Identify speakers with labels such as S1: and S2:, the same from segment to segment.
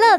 S1: 色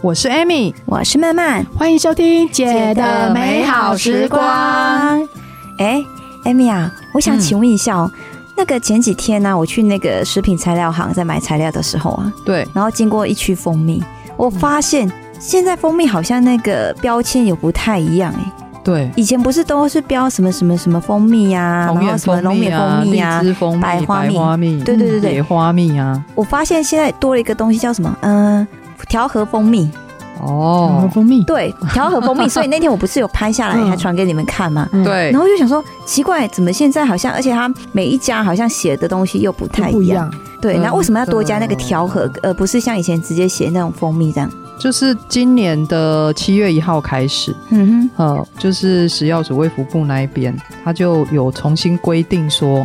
S2: 我是 Amy，
S3: 我是曼曼，
S4: 欢迎收听《
S3: 姐的美好时光》。哎，Amy 啊，我
S1: 嗯
S3: 想请问一下哦，那个前几天呢、我去那个食品材料行在买材料的时候啊，
S2: 对，
S3: 然后经过一区蜂蜜，我发现现在蜂蜜好像那个标签有不太一样哎、
S2: 对，
S3: 以前不是都是标什么什么什么蜂蜜呀、啊然
S2: 红
S3: 后
S2: 眼
S3: 什么龙
S2: 蜂蜜
S3: 眼
S2: 啊，
S3: 蜂蜜啊
S2: 荔，枝蜂蜜、
S3: 白花蜜
S2: 花蜜，
S3: 对对对对
S2: 野花蜜啊，
S3: 我发现现在多了一个东西叫什么？嗯、调和蜂蜜，
S2: 哦，
S4: 蜂蜜，
S3: 对，调和蜂蜜。所以那天我不是有拍下来，
S4: 嗯
S3: 还传给你们看吗？
S4: 嗯，
S2: 对
S3: 然，后就想说，奇怪，怎么现在好像，而且它每一家好像写的东西又不
S4: 都
S3: 太
S4: 不
S3: 一
S4: 一
S3: 样。
S4: 样。
S3: 对，
S2: 真
S3: 那为什么要多加那个
S2: 的
S3: 调和，而不是像以前直接写那种蜂蜜这样？
S2: 就是今年的七月一号开始，
S3: 嗯
S2: 呃，就是食药署卫福部那一边，它就有重新规定说，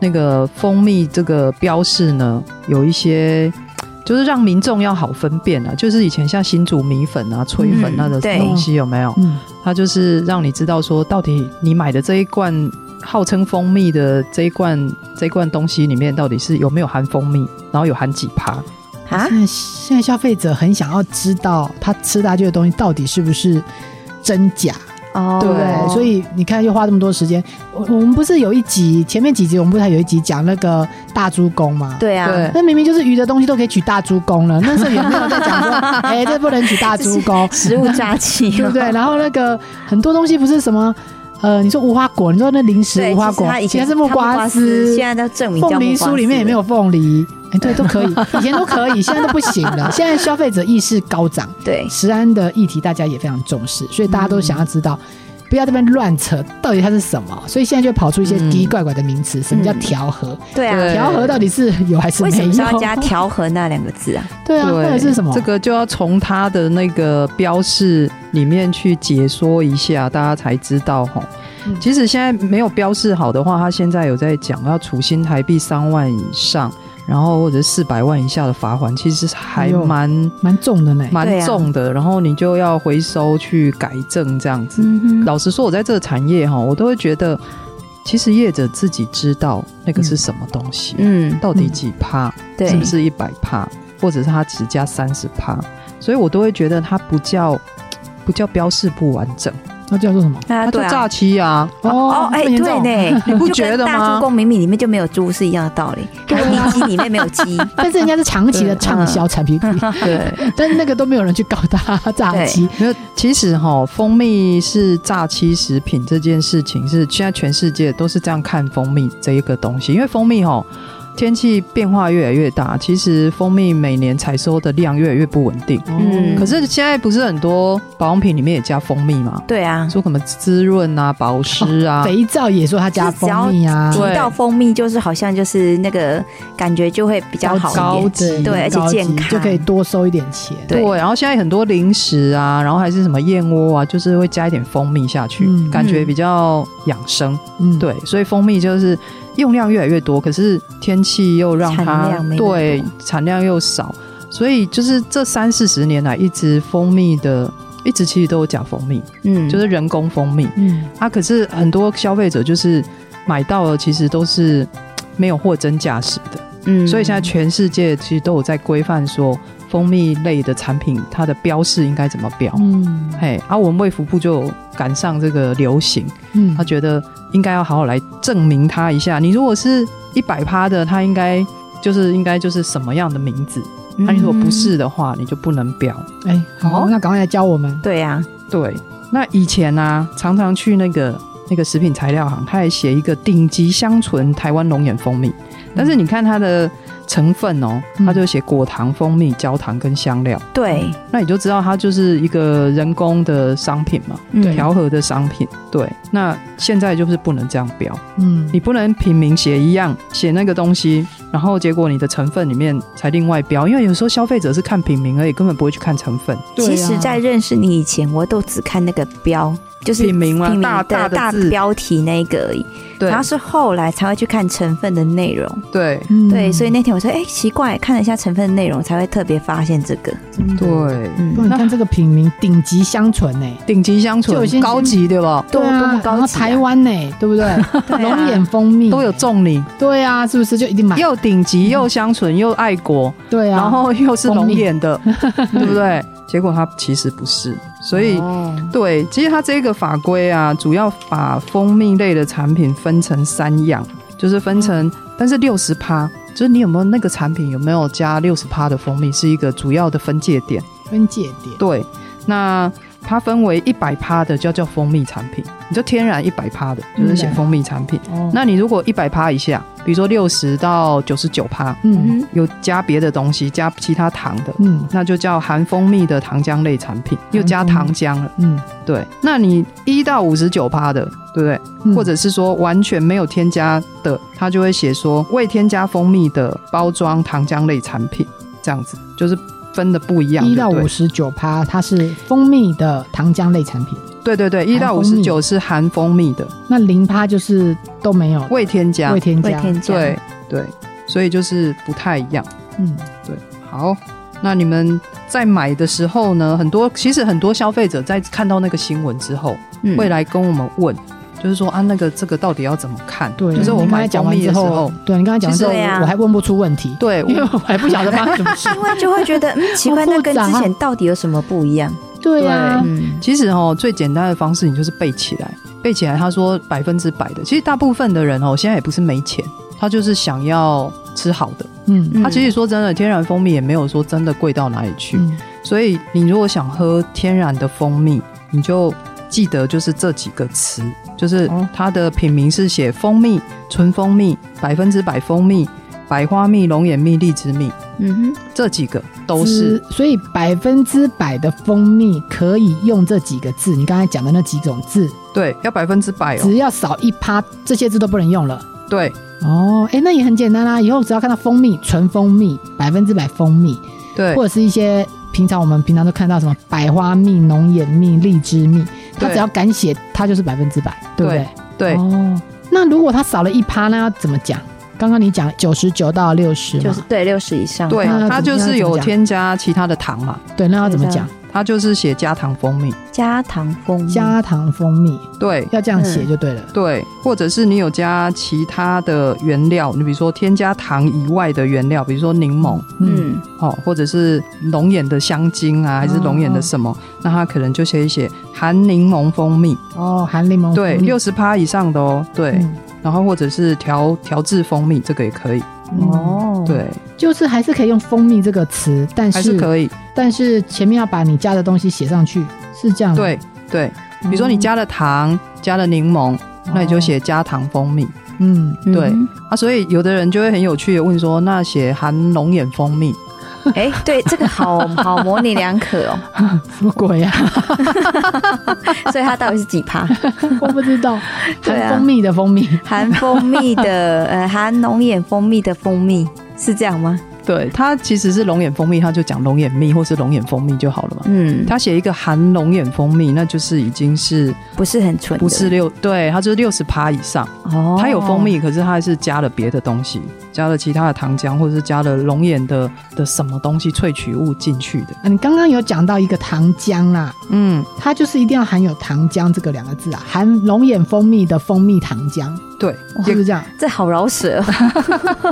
S2: 那个蜂蜜这个标示呢，有一些。就是让民众要好分辨啊，就是以前像新竹米粉啊、脆粉那
S3: 嗯
S2: 个
S3: 对
S2: 东西有没有？
S4: 嗯，
S2: 它就是让你知道说，到底你买的这一罐号称蜂蜜的这一罐这一罐东西里面，到底是有没有含蜂蜜，然后有含几趴。
S3: 哼，啊，
S4: 现在现在消费者很想要知道他吃下去的东西到底是不是真假，
S3: 哦，
S4: 对不对？所以你看，又花这么多时间。我我们不是有一集前面几集，我们不是还有一集讲那个大猪公吗？。
S3: 对啊，
S2: 对
S4: 那明明就是鱼的东西都可以取大猪公了，那时候有没有在 讲说，哎、这不能取大猪公，
S3: 食物哦炸气，
S4: 对不对？然后那个很多东西不是什么，呃，你说无花果，你说那零食
S3: 对？
S4: 无花
S3: 其实
S4: 果
S3: 它，以
S4: 其
S3: 前
S4: 实是木瓜
S3: 丝，
S4: 丝，
S3: 现在都证明叫
S4: 凤梨
S3: 木瓜
S4: 酥里
S3: 丝
S4: 面也没
S3: 了
S4: 有凤梨，哎，对，都可以，以前都可以，现在都不行了。现在消费者意识高涨，
S3: 对，
S4: 食安的议题大家也非常重视，所以大家都想要知道。不要这边乱扯，到底它是什么？所以现在就跑出一些
S2: 嗯
S4: 奇奇怪怪的名词，什么叫调和？
S3: 对啊，
S2: 对
S4: 调和到底是有还是
S3: 为
S4: 没
S3: 什么
S4: 有？
S3: 是要加调和那两个字啊？
S4: 对啊，或者是什么？
S2: 这个就要从它的那个标示里面去解说一下，大家才知道吼
S4: 嗯。
S2: 其实现在没有标示好的话，它现在有在讲要处新台币三万以上，然后或者四百万以下的罚款，其实
S4: 哎
S2: 还
S4: 呦
S2: 蛮
S4: 蛮重的呢。
S2: 蛮
S3: 对啊
S2: 重的。然后你就要回收去改正这样子。
S3: 嗯哼，
S2: 老实说，我在这个产业哈，我都会觉得，其实业者自己知道那个是什么东西，
S3: 嗯，
S2: 到底几趴，
S3: 对
S2: 是，不是一百趴，或者是它只加三十趴，所以我都会觉得它不叫不叫标示不完整，
S4: 那叫做什么？
S3: 那
S2: 它就
S3: 对啊
S2: 诈。欺啊，
S4: 哦
S3: 哦，哎，
S4: 这么严重
S3: 对呢，
S2: 你不
S3: 就跟
S2: 觉得
S3: 大
S2: 吗
S3: 猪公米米里面就没有猪是一样的道理，还有里脊里面没有鸡，
S4: 但是人家是长期的畅销产品，
S2: 对。
S4: 但是那个都没有人去告他诈欺，
S2: 没有，其实哈、蜂蜜是诈欺食品这件事情是现在全世界都是这样看蜂蜜这一个东西，因为蜂蜜哈、天气变化越来越大，其实蜂蜜每年采收的量越来越不稳定。
S4: 哦
S3: 嗯
S2: 可是现在不是很多保养品里面也加蜂蜜嘛，
S3: 对啊，
S2: 说什么滋润啊、保湿
S3: 哦
S2: 啊，
S4: 肥皂也说他加蜂蜜啊，
S3: 提
S2: 对
S3: 到蜂蜜，就是好像就是那个感觉就会比较好一
S2: 高
S3: 点。
S2: 级
S3: 对而且
S4: 高级
S3: 健康
S4: 就可以多收一点钱。
S3: 对
S2: 然后现在很多零食啊，然后还是什么燕窝啊，就是会加一点蜂蜜下去，
S4: 嗯
S2: 感觉
S3: 嗯
S2: 比较养生。
S4: 嗯，
S2: 对，所以蜂蜜就是用量越来越多，可是天气又让
S3: 产
S2: 它
S3: 量没那么多
S2: 对产量又少，所以就是这三四十年来，一直蜂蜜的，一直其实都有假蜂蜜，
S3: 嗯，
S2: 就是人工蜂蜜
S4: 嗯，
S2: 啊。可是很多消费者就是买到了，其实都是嘖没有货真价实的，
S3: 嗯
S2: 所以现在全世界其实都有在规范说蜂蜜类的产品它的标示应该怎么标。
S4: 嗯
S2: 嘿，啊，我们卫福部就赶上这个流行，
S4: 嗯
S2: 他觉得应该要好好来证明他一下。你如果是一百趴的，他应该就是应该就是什么样的名字？
S4: 嗯
S2: 那、你如果不，是的话，你就不能标。
S4: 哎，好，
S3: 哦
S4: 那赶快来教我们。
S3: 嗯对啊，
S2: 对，那以前啊，常常去那个那个食品材料行，他还写一个顶级香醇台湾龙眼蜂蜜，但是你看它的成分哦，
S4: 嗯
S2: 它就写果糖、蜂蜜、焦糖跟香料，
S3: 对，
S2: 那你就知道它就是一个人工的商品嘛，
S3: 嗯
S4: 对
S2: 调和的商品。对，那现在就是不能这样标，
S4: 嗯
S2: 你不能品名写一样，写那个东西，然后结果你的成分里面才另外标，因为有时候消费者是看品名而已，根本不会去看成分。
S4: 对啊
S3: 其实，在认识你以前，我都只看那个标，就是
S2: 品名嘛啊
S3: 品，名
S2: 大
S3: 的
S2: 的
S3: 大
S2: 字，
S3: 标题那一个而已。
S2: 对
S3: 然后是后来才会去看成分的内容。
S2: 对
S4: 嗯
S3: 对，所以那天我说，哎，奇怪，看了一下成分的内容，才会特别发现这个。
S4: 真的
S2: 对，
S4: 不，
S3: 嗯，
S4: 你看这个品名顶级香醇呢、
S2: 顶级香
S4: 就有
S2: 醇
S4: 些，
S2: 高级对吧？
S3: 多
S4: 啊
S3: 多么
S4: 然
S3: 高
S4: 后
S3: 级啊，
S4: 台湾呢、对 不对？
S3: 对啊
S4: 龙眼蜂蜜
S2: 都有中你，
S4: 对啊，是不是就一定嗯买？
S2: 又顶级又香醇又爱国，
S4: 对啊，
S2: 然后又是
S4: 蜂
S2: 龙
S4: 蜜
S2: 眼的， 对不对？结果它其实不是，所以、
S4: 哦
S2: 对，其实它这个法规啊，主要把蜂蜜类的产品分成三样，就是分
S4: 嗯
S2: 成，但是六十趴，就是你有没有那个产品有没有加六十趴的蜂蜜，是一个主要的分界点。
S4: 分界点，
S2: 对，那它分为一百趴的，就叫蜂蜜产品，你就天然一百趴的，就是写
S4: 嗯
S2: 蜂蜜产品。
S4: 哦
S2: 那你如果一百趴以下，比如说六十到九十九趴，
S4: 嗯
S3: 嗯
S2: 有加别的东西，加其他糖的，
S4: 嗯
S2: 那就叫含蜂蜜的糖浆类产品，又加糖浆了。
S4: 嗯
S2: 对，那你一到五十九趴的，对不对？
S4: 嗯，
S2: 或者是说完全没有添加的，它就会写说未添加蜂蜜的包装糖浆类产品，这样子就是分的不一样。
S4: 一到
S2: 对不
S4: 五
S2: 对
S4: 十九趴，它是蜂蜜的糖浆类产品，
S2: 对对对，一到
S4: 含
S2: 五
S4: 蜂
S2: 十
S4: 蜜
S2: 九是含蜂蜜的，
S4: 那零趴就是都没有
S2: 未添加。
S4: 未添
S3: 会
S4: 加，
S3: 添加，
S2: 对对，所以就是不太一样。
S4: 嗯
S2: 好，那你们在买的时候呢，很多其实很多消费者在看到那个新闻之后，
S3: 嗯
S2: 会来跟我们问，就是说啊，那个这个到底要怎么看？
S4: 对。
S2: 就是我
S4: 你刚才
S2: 买
S4: 讲
S2: 蜂
S4: 完
S2: 蜜
S4: 之
S2: 的时
S4: 后
S2: 候，，
S4: 对你刚才讲完之后，
S3: 其实对啊
S4: 我还问不出问题，
S2: 对，
S4: 因为
S2: 我
S4: 我还不晓得发生什 么事。
S3: 因为就会觉得，嗯，奇怪，
S4: 好复
S3: 那跟
S4: 杂
S3: 之前到底有什么不一样？
S4: 对啊，
S3: 嗯，
S2: 其实哦，最简单的方式你就是背起来，背起来。他说百分之百的，其实大部分的人哦，现在也不是没钱，他就是想要吃好的。
S4: 嗯
S2: 他其实说真的，天然蜂蜜也没有说真的贵到哪里去，
S4: 嗯
S2: 所以你如果想喝天然的蜂蜜，你就记得就是这几个词，就是
S4: 哦
S2: 它的品名是写蜂蜜、纯蜂蜜、百分之百蜂蜜、百花蜜、龙眼蜜、荔枝蜜
S3: 嗯哼，
S2: 这几个都是。
S4: 之所以百分之百的蜂蜜可以用这几个字，你刚才讲的那几种字，
S2: 对，要百分之百哦
S4: 只。要少一趴，这些字都不能用了。
S2: 对，
S4: 哦，哎，那也很简单啦、以后只要看到蜂蜜、纯蜂蜜、百分之百蜂蜜，
S2: 对
S4: 或，者是一些平常我们平常都看到什么百花蜜、龙眼蜜、荔枝蜜，它
S2: 对
S4: 只要敢写，它就是百分之百，对不对？
S2: 对，
S4: 哦，那如果它少了一趴，那要怎么讲？刚刚你讲九十九到六十，
S3: 就是对六十以上，嗯
S2: 对
S4: 那要，
S2: 它
S4: 怎么
S2: 就是
S4: 样怎么
S2: 有
S4: 讲
S2: 添加其他的糖嘛，
S4: 对，那要怎么讲？
S2: 它就是啊写加糖蜂蜜。
S3: 加糖蜂蜜
S4: 加糖蜂蜜
S2: 对，
S4: 要这样写就对了。
S2: 对，或者是你有加其他的原料，你比如说添加糖以外的原料，比如说柠檬
S4: 嗯，
S3: 嗯，
S2: 哦，或者是龙眼的香精
S4: 哦
S2: 啊，还是龙眼的什么，那它可能就写一写含柠檬蜂蜜，
S4: 哦，含柠檬
S2: 对，
S4: 蜂蜜
S2: 六十趴以上的哦，对，
S4: 嗯
S2: 然后或者是调调制蜂蜜，这个也可以，
S4: 哦，
S3: 哦，
S2: 对，
S4: 就是还是可以用蜂蜜这个词，但
S2: 还是
S4: 是
S2: 可以，
S4: 但是前面要把你加的东西写上去，是这样吗。
S2: 对对，
S4: 嗯，
S2: 比
S4: 哦
S2: 如说你加了糖，加了柠檬，那你就写加糖蜂蜜。
S4: 嗯，
S3: 嗯
S2: 对啊，所以有的人就会很有趣的问说，那写含龙眼蜂蜜，
S3: 哎，对，这个好好模棱两可哦，
S4: 什么鬼啊呀、
S3: 所以它到底是几 趴？
S4: 我不知道，
S3: 对
S4: 含
S3: 啊
S4: 蜂蜜的蜂蜜，
S3: 含蜂蜜的，呃，含龙眼蜂蜜的蜂蜜是这样吗？
S2: 对，它其实是龙眼蜂蜜，它就讲龙眼蜜或是龙眼蜂蜜就好了嘛。
S3: 嗯，
S2: 它写一个含龙眼蜂蜜，那就是已经是
S3: 不是很纯的，
S2: 不是六对，它就是六十趴以上。
S3: 哦，
S2: 它有蜂，蜜，可是它还是加了别的东西，加了其他的糖浆，或者是加了龙眼的的什么东西萃取物进去的。
S4: 啊你刚刚有讲到一个糖浆啦，
S2: 嗯，
S4: 它就是一定要含有糖浆这个两个字啊，含龙眼蜂蜜的蜂蜜糖浆，
S2: 对，
S4: 是不
S2: 也
S4: 是这样？
S3: 这好饶舌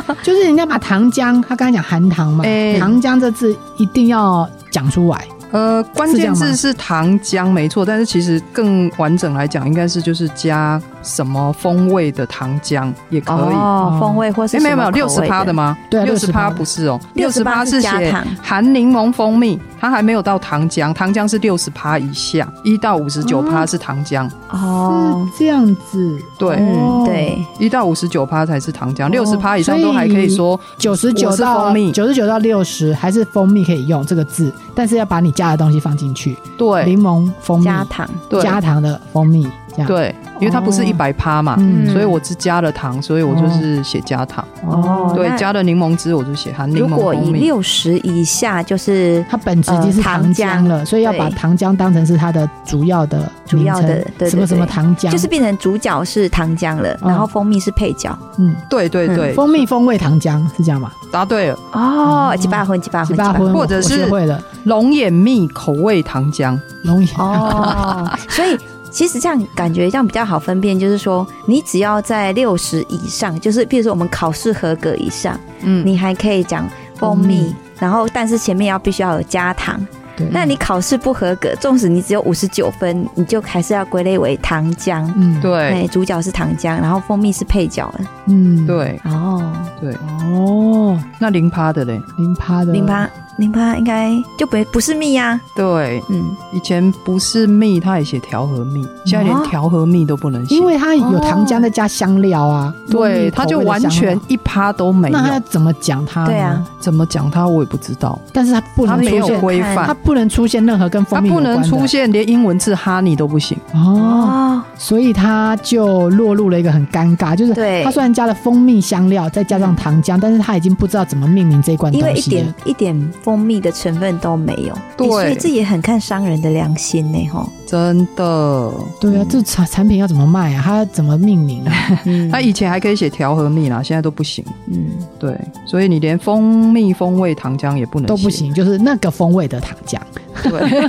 S3: 哦，
S4: 就是人家把糖浆，他刚才讲含糖嘛，
S2: 哎
S4: 糖浆这字一定要讲出来，
S2: 呃，关
S4: 是这
S2: 键
S4: 样吗
S2: 字是糖浆没错，但是其实更完整来讲，应该是就是加什么风味的糖浆也可以。
S3: 哦
S4: 嗯，
S3: 风味或是
S2: 哎，没有没有，
S3: 什么
S2: 六
S3: 口
S2: 十
S3: 味
S2: 趴的吗？
S4: 对啊
S2: 六十趴
S4: 60%
S2: 不是哦，
S3: 60%
S2: 趴
S3: 是
S2: 是
S3: 加
S2: 写
S3: 糖
S2: 含柠檬蜂蜜，它还没有到糖浆，糖浆是六十趴以下，一到五十九趴是糖浆，
S3: 哦，
S4: 是这样子，
S2: 对
S4: 哦
S3: 嗯，，对，
S2: 一到五十九趴才是糖浆，
S4: 哦
S2: 六十趴以上都还可以说
S4: 九十
S2: 我
S4: 九
S2: 是
S4: 到
S2: 蜂蜜
S4: 九十九到六十还是蜂蜜可以用这个字，但是要把你加的东西放进去，
S2: 对
S4: 柠檬蜂蜜
S3: 加糖，
S2: 对
S4: 加糖的蜂蜜这样，，
S2: 对，因为它不是
S4: 哦
S2: 一百趴嘛，
S4: 嗯
S2: 所以我只加了糖，所以我就是写加糖。
S3: 哦
S2: 对
S3: 那，
S2: 加了柠檬汁我就写含柠
S3: 如
S2: 檬
S3: 果
S2: 蜂
S3: 以
S2: 蜜。
S3: 六十以下就是
S4: 它本质已经是
S3: 呃
S4: 糖
S3: 糖
S4: 浆
S3: 浆
S4: 了，所以要
S3: 对
S4: 把糖浆当成是它的主要的
S3: 主要的
S4: 名称
S3: 对对
S4: 什么什么
S3: 对
S4: 糖浆，
S3: 就是变成主角是糖浆了，
S4: 嗯
S3: 然后蜂蜜是配角
S4: 嗯，
S2: 对对
S3: 嗯
S2: 对，
S4: 蜂蜜风味糖浆是这样吗？
S2: 答对了，
S3: 哦，几把婚几
S2: 啊
S3: 把
S4: 十
S3: 婚
S4: 八
S3: 婚
S4: 婚
S2: 或者是
S4: 我学会了
S2: 龙眼蜜口味糖浆。
S4: 龙眼啊
S3: 哦，所以。其实这样感觉这样比较好分辨，就是说你只要在六十以上，就是比如说我们考试合格以上，
S2: 嗯，
S3: 你还可以讲蜂
S4: 蜂
S3: 蜜嗯
S4: 蜜，
S3: 然后但是前面要必须要有加糖。
S4: 对
S3: 那你考试不合格，纵使你只有五十九分，你就还是要归类为糖浆。
S4: 嗯，
S2: 对
S3: 哎，主角是糖浆，然后蜂蜜是配角的。
S4: 嗯，
S2: 对
S3: 哦，
S2: 对，
S4: 哦，
S2: 那零趴的嘞？
S4: 零趴的
S3: 零八零八应该就不不是蜜呀、
S2: 对，
S3: 嗯，
S2: 以前不是蜜，它也写调和蜜，现在连
S3: 哦
S2: 调和蜜都不能写
S4: 因。为它有糖浆再加香料啊，蜂蜜
S2: 哦对，它就
S4: 口味的
S2: 完
S4: 香料
S2: 全一趴都没有
S4: 那。它要怎么讲它？
S3: 对啊，
S2: 怎么讲它，我也不知道。
S4: 但是它不
S2: 它
S4: 能
S2: 没
S4: 出
S2: 有
S4: 现，
S2: 规
S3: 看
S4: 它
S2: 范，
S4: 不能出现任何跟
S2: 它
S4: 蜂蜜有
S2: 不
S4: 关的
S2: 能出现连英文字哈尼都不行。
S4: 哦，
S3: 哦，
S4: 所以它就落入了一个很尴尬，就是
S3: 对
S4: 它虽然加了蜂蜜香料，再加上糖浆，但是它已经不知道怎么命名这一罐
S3: 因为
S4: 东
S3: 一
S4: 西了
S3: 点。一点蜂蜜的成分都没有，
S2: 对
S3: 诶所以这也很看商人的良心呢，吼。
S2: 真的，
S4: 对啊，这产产品要怎么卖啊？它怎么命名啊？
S3: 嗯
S2: 它以前还可以写调和蜜啦，现在都不行。
S3: 嗯，
S2: 对，所以你连蜂蜜风味糖浆也不能
S4: 都不
S2: 写。
S4: 行，就是那个风味的糖浆。
S2: 对，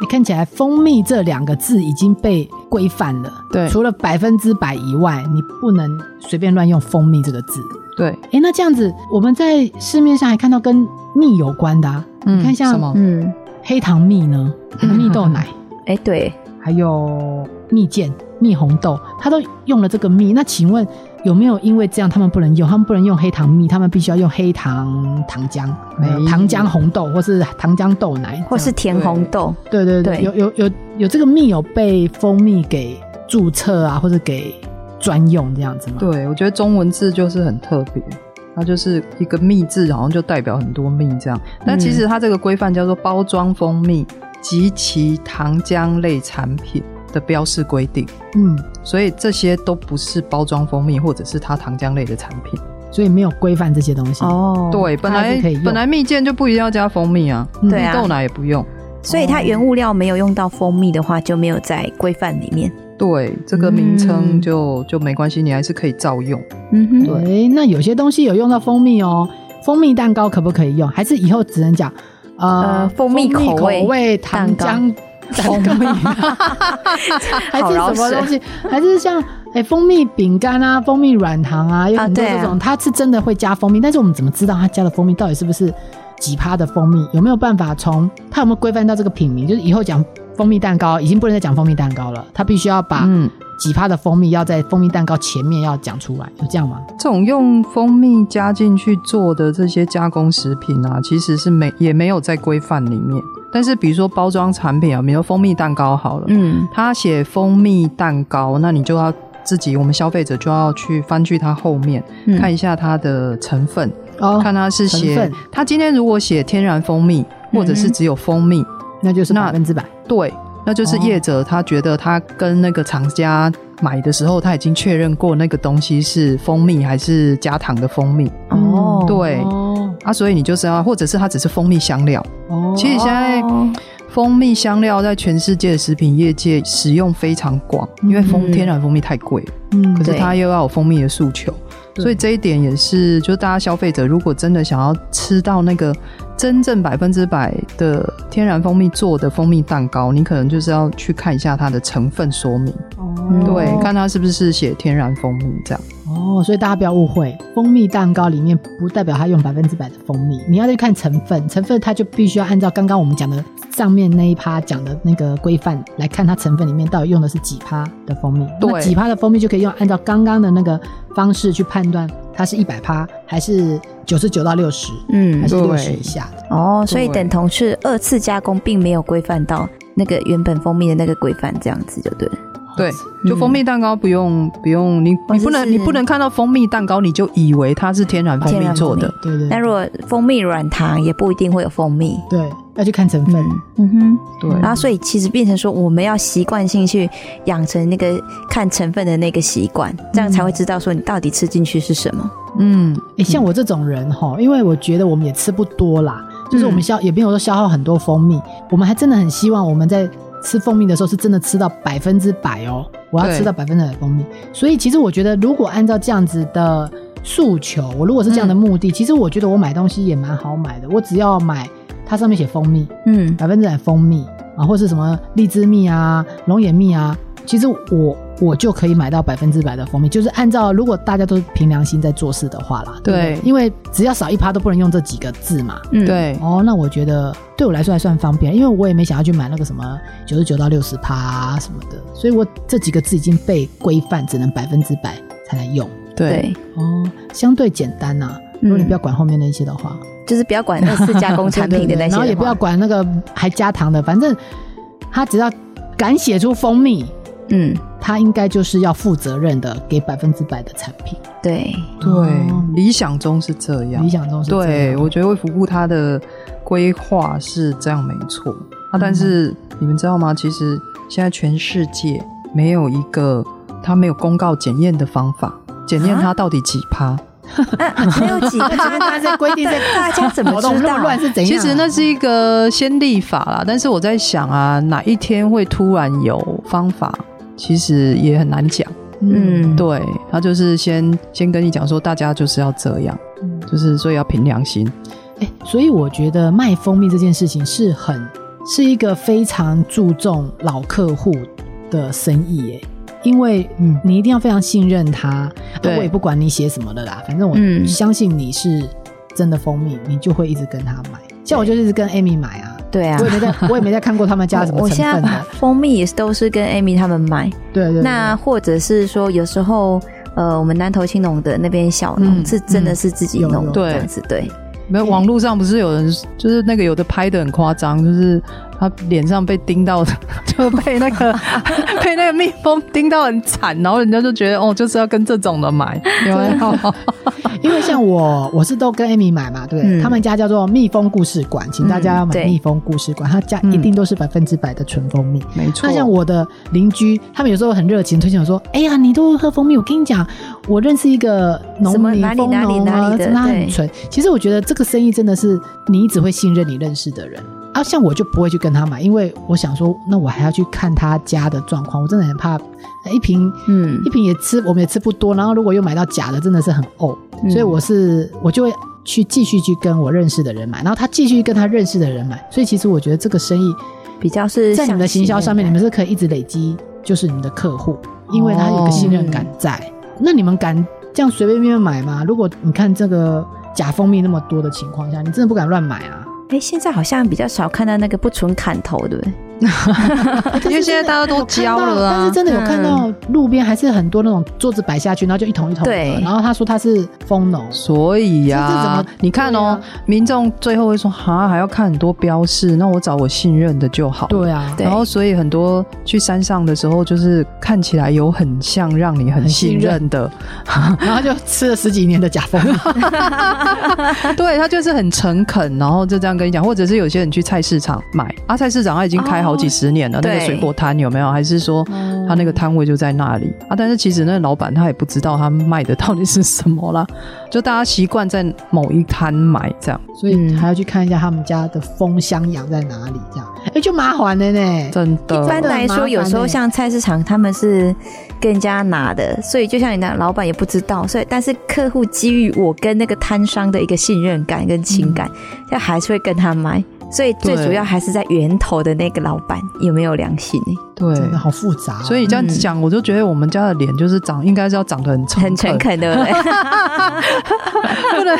S4: 你看起来“蜂蜜”这两个字已经被规范了，
S2: 对
S4: 除了百分之百以外，你不能随便乱用“蜂蜜”这个字。
S2: 对，
S4: 诶，那这样子，我们在市面上还看到跟蜜有关的、啊，
S2: 嗯
S4: 你看像
S2: 什么？
S3: 嗯，
S4: 黑糖蜜 呢，蜜豆奶，
S3: 哎、对，
S4: 还有蜜饯、蜜红豆，它都用了这个蜜。那请问有没有因为这样他们不能用？他们不能用黑糖蜜，他们必须要用黑糖糖浆、
S2: 没有
S4: 糖浆红豆或是糖浆豆奶，
S3: 或是甜红豆，
S4: 对对对，
S3: 对
S4: 有有有有这个蜜有被蜂蜜给注册啊，或者给专用这样子吗？，
S2: 对，我觉得中文字就是很特别，它就是一个蜜字，好像就代表很多蜜这样。但其实
S4: 嗯
S2: 它这个规范叫做包装蜂蜜及其糖浆类产品的标示规定，
S4: 嗯，
S2: 所以这些都不是包装蜂蜜或者是它糖浆类的产品。
S4: 所以没有规范这些东西。
S3: 哦，
S2: 对，本
S4: 它还
S2: 来
S4: 是可以用
S2: 本来蜜饯就不一定要加蜂蜜啊，
S4: 嗯
S3: 对啊
S2: 豆奶也不用。
S3: 所以它原物料没有用到蜂蜜的话，就没有在规范里面。
S2: 对，这个名称
S3: 嗯
S2: 就、就没关系，你还是可以照用。
S3: 嗯哼，
S4: 对，哎那有些东西有用到蜂蜜哦，蜂蜜蛋糕可不可以用？还是以后只能讲呃
S3: 呃蜂蜜
S4: 蜂蜜
S3: 口味
S4: 味糖浆 蛋糕？还是哎什么东西？还是像哎蜂蜜饼干啊、蜂蜜软糖啊，有很多
S3: 对
S4: 这
S3: 啊
S4: 种，它是真的会加蜂蜜，但是我们怎么知道它加的蜂蜜到底是不是几趴的蜂蜜？有没有办法从它有没有规范到这个品名？就是以后讲蜂蜜蛋糕，已经不能再讲蜂蜜蛋糕了，它必须要把
S2: 嗯，
S4: 几趴的蜂蜜要在蜂蜜蛋糕前面要讲出来，有这样吗？
S2: 这种用蜂蜜加进去做的这些加工食品啊，其实是没也没有在规范里面。但是比如说包装产品啊，比如说蜂蜜蛋糕好了，
S3: 嗯，
S2: 它写蜂蜜蛋糕，那你就要自己我们消费者就要去翻去它后面、
S3: 嗯
S2: 看一下它的成分，
S4: 哦
S2: 看它是
S4: 成
S2: 写
S4: 分
S2: 它今天如果写天然蜂蜜，或者是
S3: 嗯哼
S2: 只有蜂蜜，
S4: 那就是
S2: 那
S4: 百分之百。
S2: 对，那就是
S3: 哦
S2: 业者他觉得他跟那个厂家买的时候，他已经确认过那个东西是蜂蜜还是加糖的蜂蜜
S3: 哦，
S2: 嗯对
S4: 哦，
S2: 啊，所以你就是要，或者是它只是蜂蜜香料。
S4: 哦
S2: 其实现在
S3: 哦
S2: 蜂蜜香料在全世界的食品业界使用非常广，因为蜂
S3: 嗯
S2: 天然蜂蜜太贵，
S4: 嗯
S2: 可是
S3: 对嗯
S2: 它又要有蜂蜜的诉求，
S4: 对
S2: 所以这一点也是，就大家消费者如果真的想要吃到那个真正百分之百的天然蜂蜜做的蜂蜜蛋糕，你可能就是要去看一下它的成分说明，
S4: 哦
S2: 对，看它是不是写天然蜂蜜这样。
S4: 哦，所以大家不要误会，蜂蜜蛋糕里面不代表它用百分之百的蜂蜜，你要去看成分，成分它就必须要按照刚刚我们讲的上面那一趴讲的那个规范来看它成分里面到底用的是几趴的蜂蜜，
S2: 对
S4: 那几趴的蜂蜜就可以用按照刚刚的那个方式去判断它是一百趴还是九十九到六十，
S3: 嗯
S4: 还是
S2: 对
S4: 六十以下的。
S3: 哦，所以
S2: 对
S3: 等同是二次加工，并没有规范到那个原本蜂蜜的那个规范，这样子就对了。
S2: 对，
S3: 嗯
S2: 就蜂蜜蛋糕不用不用，你
S3: 或者
S2: 你不能
S3: 是
S2: 你不能看到蜂蜜蛋糕你就以为它是天然蜂
S3: 天
S2: 蜜
S3: 然
S2: 做
S3: 蜂蜜
S2: 的，
S4: 对对
S3: 那如果蜂蜜软糖也不一定会有蜂蜜。
S4: 对，要去看成分。
S3: 嗯嗯哼，
S2: 对，
S3: 然后所以其实变成说，我们要习惯性去养成那个看成分的那个习惯，这样才会知道说你到底吃进去是什么。
S2: 嗯，
S4: 诶，像我这种人哈，因为我觉得我们也吃不多啦，就是
S2: 嗯
S4: 我们消、也没有说消耗很多蜂蜜，我们还真的很希望我们在吃蜂蜜的时候是真的吃到百分之百哦，我要
S2: 对
S4: 吃到百分之百的蜂蜜。所以其实我觉得，如果按照这样子的诉求，我如果是这样的
S2: 嗯
S4: 目的，其实我觉得我买东西也蛮好买的，我只要买它上面写蜂蜜，
S3: 嗯，
S4: 百分之百蜂蜜啊，或是什么荔枝蜜啊、龙眼蜜啊，其实我我就可以买到百分之百的蜂蜜，就是按照如果大家都凭良心在做事的话啦，对不对，
S2: 对
S4: 因为只要少一趴都不能用这几个字嘛。
S3: 嗯，
S2: 对，
S4: 哦，那我觉得对我来说还算方便，因为我也没想要去买那个什么九十九到六十趴啊什么的，所以我这几个字已经被规范，只能百分之百才能用。
S2: 对，
S3: 对，嗯
S4: 哦，相对简单呐、如果你不要管后面那些的话，
S3: 就是不要管二次加 工 产
S4: 对对
S3: 品的
S4: 对
S3: 那些
S4: 然后也
S3: 的
S4: 不要
S3: 话，
S4: 管那个还加糖的，反正他只要敢写出蜂蜜，
S3: 嗯，
S4: 他应该就是要负责任的给百分之百的产品。
S3: 对，
S4: 哦
S2: 对，理想中是这样
S4: 理。想中是这
S2: 对，
S4: 样
S2: 我觉得卫福部它的规划是这样没错啊，
S4: 嗯
S2: 但是你们知道吗？其实现在全世界没有一个它没有公告检验的方法，检验它到底几趴。
S3: 啊， 没有几趴，
S4: 大家在规定在
S3: 大家怎么
S4: 活动
S3: 知
S4: 那么
S3: 道？
S4: 乱是怎
S2: 其
S4: 样啊？
S2: 实那是一个先例法啦，但是我在想啊，哪一天会突然有方法，其实也很难讲。
S3: 嗯，
S2: 对他就是先先跟你讲说，大家就是要这样，就是所以要凭良心。
S4: 嗯哎，所以我觉得卖蜂蜜这件事情是很是一个非常注重老客户的生意哎。因为
S2: 嗯
S4: 你一定要非常信任他，啊
S2: 对
S4: 我也不管你写什么的啦，反正我
S3: 嗯
S4: 相信你是真的蜂蜜，你就会一直跟他买。像我就是一直跟 Amy 买啊，
S3: 对啊
S4: 我。也没在， 我也没在看过他们家什么
S3: 我
S4: 成
S3: 现在
S4: 分 的，
S3: 蜂蜜也是都是跟 Amy 他们买，
S4: 对对对
S3: 那或者是说有时候呃，我们南投青农的那边小农、
S2: 嗯
S3: 是真的是自己
S4: 有
S3: 弄
S4: 有
S3: 的
S2: 对
S3: 这样子，对，
S2: 没有，网络上不是有人，就是那个有的拍的很夸张，就是他脸上被叮到， 就被那个 被那个蜜蜂叮到很惨，然后人家就觉得哦，就是要跟这种的买，有没 有？
S4: 因为像我，我是都跟 Amy 买嘛，对不对，
S3: 嗯
S4: 他们家叫做蜜蜂故事馆，请大家要
S3: 嗯
S4: 买
S3: 对嗯
S4: 蜜蜂故事馆，他家一定都是百分之百的纯蜂蜜。
S2: 没错
S4: 那，像我的邻居，他们有时候很热情推荐我说：“哎呀，你都喝蜂蜜，我跟你讲，我认识一个农
S3: 什么
S4: 民
S3: 哪里
S4: 蜂
S3: 哪里
S4: 农
S3: 哪
S4: 啊，
S3: 里的
S4: 真的很
S3: 对
S4: 纯。”其实我觉得这个生意真的是你只会信任你认识的人啊，像我就不会去跟他买，因为我想说，那我还要去看他家的状况，我真的很怕呃一瓶
S3: 嗯
S4: 一瓶也吃，我们也吃不多。然后如果又买到假的，真的是很呕。
S3: 嗯
S4: 所以我是我就会去继续去跟我认识的人买，然后他继续跟他认识的人买。所以其实我觉得这个生意
S3: 比较是
S4: 在你们的
S3: 像
S4: 行销上面，你
S3: 信
S4: 们是可以一直累积，就是你们的客户，
S2: 哦
S4: 因为他有个信任感在。那你们敢这样随便便买吗？如果你看这个假蜂蜜那么多的情况下，你真的不敢乱买
S3: 任
S4: 啊？
S3: 感。哎，现在好像比较少看到那个不纯砍头的，
S2: 因为现在大家都
S4: 我看
S2: 教
S4: 到
S2: 了啊，
S4: 但是真的有看到路边还是很多那种桌子摆下去，然后就一桶一桶的。
S3: 对
S4: 然后他说他是蜂农，
S2: 所以呀、
S4: 这是怎么
S2: 你看哦，
S4: 啊
S2: 民众最后会说哈，还要看很多标示，那我找我信任的就好。。
S4: 对啊，
S3: 对
S2: 然后，所以很多去山上的时候，就是看起来有很像让你很
S4: 很信
S2: 信
S4: 任
S2: 任的，
S4: 然后就吃了十几年的假 蜂蜜。
S2: 对他就是很诚恳，然后就这样跟你讲，或者是有些人去菜市场买，啊，菜市场他已经开好几十年了，
S3: 哦
S2: 那个
S3: 对哦
S2: 水果摊有没有？还是说他那个摊位就在那里啊？但是其实那个老板他也不知道他卖的到底是什么啦，就大家习惯在某一摊买这样，
S4: 所以还要去看一下他们家的蜂箱养在哪里，这样，哎、就麻烦了呢。
S2: 真的。
S3: 一般来
S4: 很麻
S3: 说，
S4: 烦
S3: 有时候
S4: 欸
S3: 像菜市场他们是跟人家拿的，所以就像你那老板也不知道，所以但是客户基于我跟那个摊商的一个信任感跟情感，他、还是会跟他买。所以最
S2: 对
S3: 主要还是在源头的那个老板有没有良心欸、
S2: 对，
S4: 真的好复杂哦、
S2: 所以这样
S3: 嗯
S2: 讲，我就觉得我们家的脸就是长，应该是要长得很诚
S3: 很诚，恳的，对不对嗯
S2: 不能